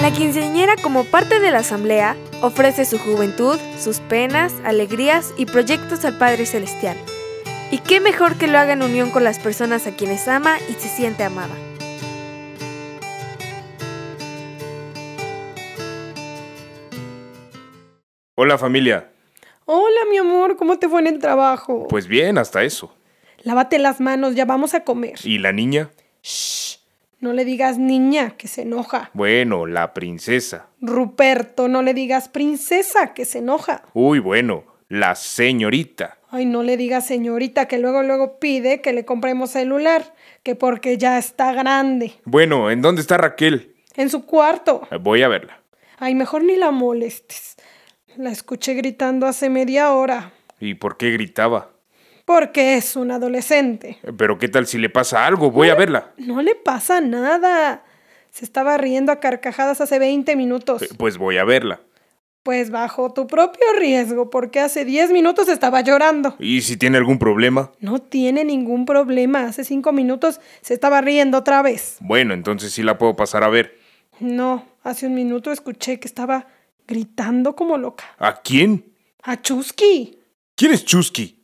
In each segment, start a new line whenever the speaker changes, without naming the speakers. La quinceañera como parte de la asamblea ofrece su juventud, sus penas, alegrías y proyectos al Padre Celestial. Y qué mejor que lo haga en unión con las personas a quienes ama y se siente amada.
Hola familia.
Hola, mi amor, ¿cómo te fue en el trabajo?
Pues bien, hasta eso.
Lávate las manos, ya vamos a comer.
¿Y la niña?
Shh, no le digas niña, que se enoja.
Bueno, la princesa.
Ruperto, no le digas princesa, que se enoja.
Uy, bueno, la señorita.
Ay, no le digas señorita, que luego luego pide que le compremos celular, que porque ya está grande.
Bueno, ¿en dónde está Raquel?
En su cuarto.
Eh, Voy a verla.
Ay, mejor ni la molestes. La escuché gritando hace media hora,
¿Y por qué gritaba?
porque es un adolescente.
Eh, Pero ¿qué tal si le pasa algo? Voy a verla.
No le pasa nada. Se estaba riendo a carcajadas hace 20 minutos.
Eh, Pues voy a verla.
Pues bajo tu propio riesgo, porque hace 10 minutos estaba llorando.
¿Y si tiene algún problema?
No tiene ningún problema. Hace 5 minutos se estaba riendo otra vez.
Bueno, entonces sí la puedo pasar a ver.
No, hace un minuto escuché que estaba gritando como loca.
¿A quién?
¡A Chusky!
¿Quién es Chusky?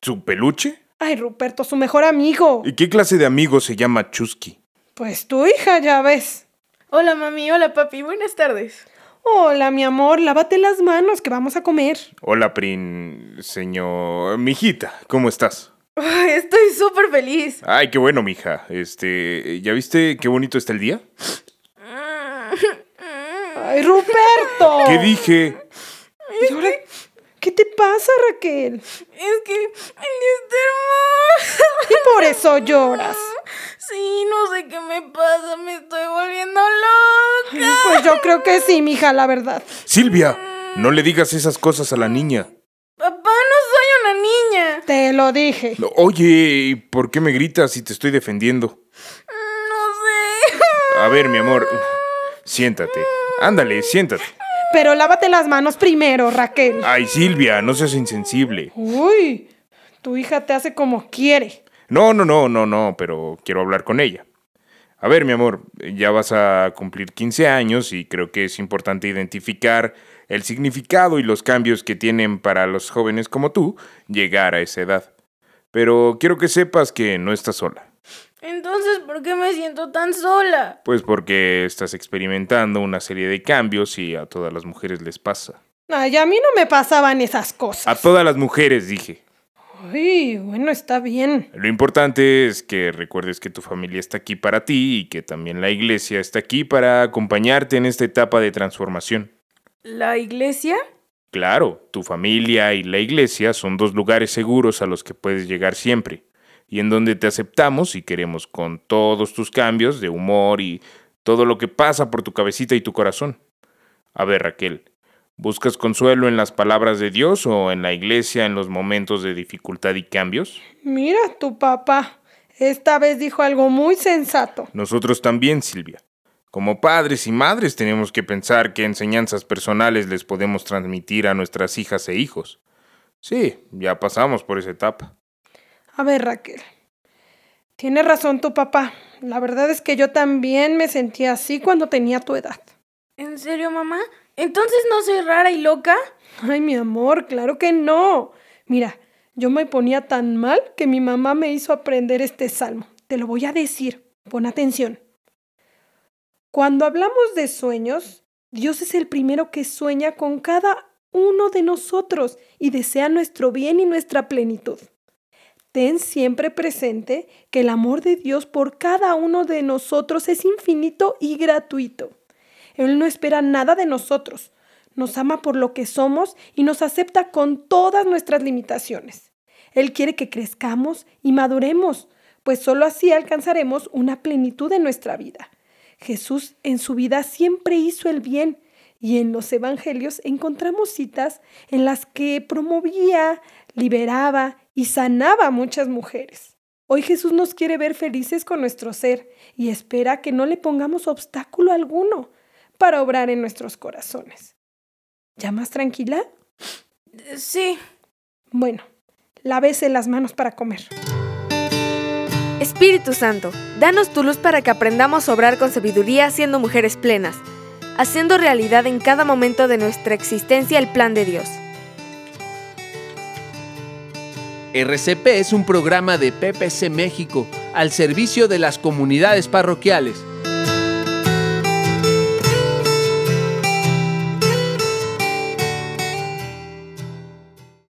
¿Su peluche?
¡Ay, Ruperto, su mejor amigo!
¿Y qué clase de amigo se llama Chusky?
Pues tu hija, ya ves.
Hola mami, hola papi, buenas tardes.
Hola, mi amor, lávate las manos que vamos a comer.
Hola, prin... señor... Mijita, ¿cómo estás?
Ay, estoy súper feliz.
Ay, qué bueno, mija. Este... ¿Ya viste qué bonito está el día?
¡Ay, Ruperto!
¿Qué dije?
¿Y ahora ¿Qué te pasa, Raquel?
Es que está
Y por eso lloras.
hermoso. Sí, no sé qué me pasa, me estoy volviendo loca.
Pues yo creo que sí, mija, la verdad.
Silvia, no le digas esas cosas a la niña.
Papá, no soy una niña.
Te lo dije.
No, Oye, ¿y ¿por qué me gritas si te estoy defendiendo?
No sé.
A ver, mi amor, siéntate. Ándale, siéntate.
Pero lávate las manos primero, Raquel.
Ay, Silvia, no seas insensible.
Uy, tu hija te hace como quiere.
No, no, no, no, no, pero quiero hablar con ella. A ver, mi amor, ya vas a cumplir 15 años y creo que es importante identificar el significado y los cambios que tienen para los jóvenes como tú llegar a esa edad. Pero quiero que sepas que no estás sola.
Entonces, ¿por qué me siento tan sola?
Pues porque estás experimentando una serie de cambios y a todas las mujeres les pasa.
Ay, a mí no me pasaban esas
A
cosas.
todas las mujeres, dije.
Uy, bueno, está bien.
Lo importante es que recuerdes que tu familia está aquí para ti y que también la iglesia está aquí para acompañarte en esta etapa de transformación.
¿La iglesia?
Claro, tu familia y la iglesia son dos lugares seguros a los que puedes llegar siempre y en donde te aceptamos y queremos con todos tus cambios de humor y todo lo que pasa por tu cabecita y tu corazón. A ver, Raquel, ¿buscas consuelo en las palabras de Dios o en la iglesia en los momentos de dificultad y cambios?
Mira, tu papá. Esta vez dijo algo muy sensato.
Nosotros también, Silvia. Como padres y madres tenemos que pensar qué enseñanzas personales les podemos transmitir a nuestras hijas e hijos. Sí, ya pasamos por esa etapa.
A ver, Raquel. Tiene razón tu papá. La verdad es que yo también me sentía así cuando tenía tu edad.
¿En serio, mamá? ¿Entonces no soy rara y loca?
Ay, mi amor, claro que no. Mira, yo me ponía tan mal que mi mamá me hizo aprender este salmo. Te lo voy a decir. Pon atención. Cuando hablamos de sueños, Dios es el primero que sueña con cada uno de nosotros y desea nuestro bien y nuestra plenitud. Ten siempre presente que el amor de Dios por cada uno de nosotros es infinito y gratuito. Él no espera nada de nosotros. Nos ama por lo que somos y nos acepta con todas nuestras limitaciones. Él quiere que crezcamos y maduremos, pues sólo así alcanzaremos una plenitud en nuestra vida. Jesús en su vida siempre hizo el bien y en los evangelios encontramos citas en las que promovía, liberaba y sanaba a muchas mujeres. Hoy Jesús nos quiere ver felices con nuestro ser y espera que no le pongamos obstáculo alguno para obrar en nuestros corazones. ¿Ya más tranquila?
Eh, Sí.
Bueno, lávese las manos para comer.
Espíritu Santo, danos tu luz para que aprendamos a obrar con sabiduría siendo mujeres plenas. haciendo realidad en cada momento de nuestra existencia el plan de Dios.
RCP es un programa de PPC México al servicio de las comunidades parroquiales.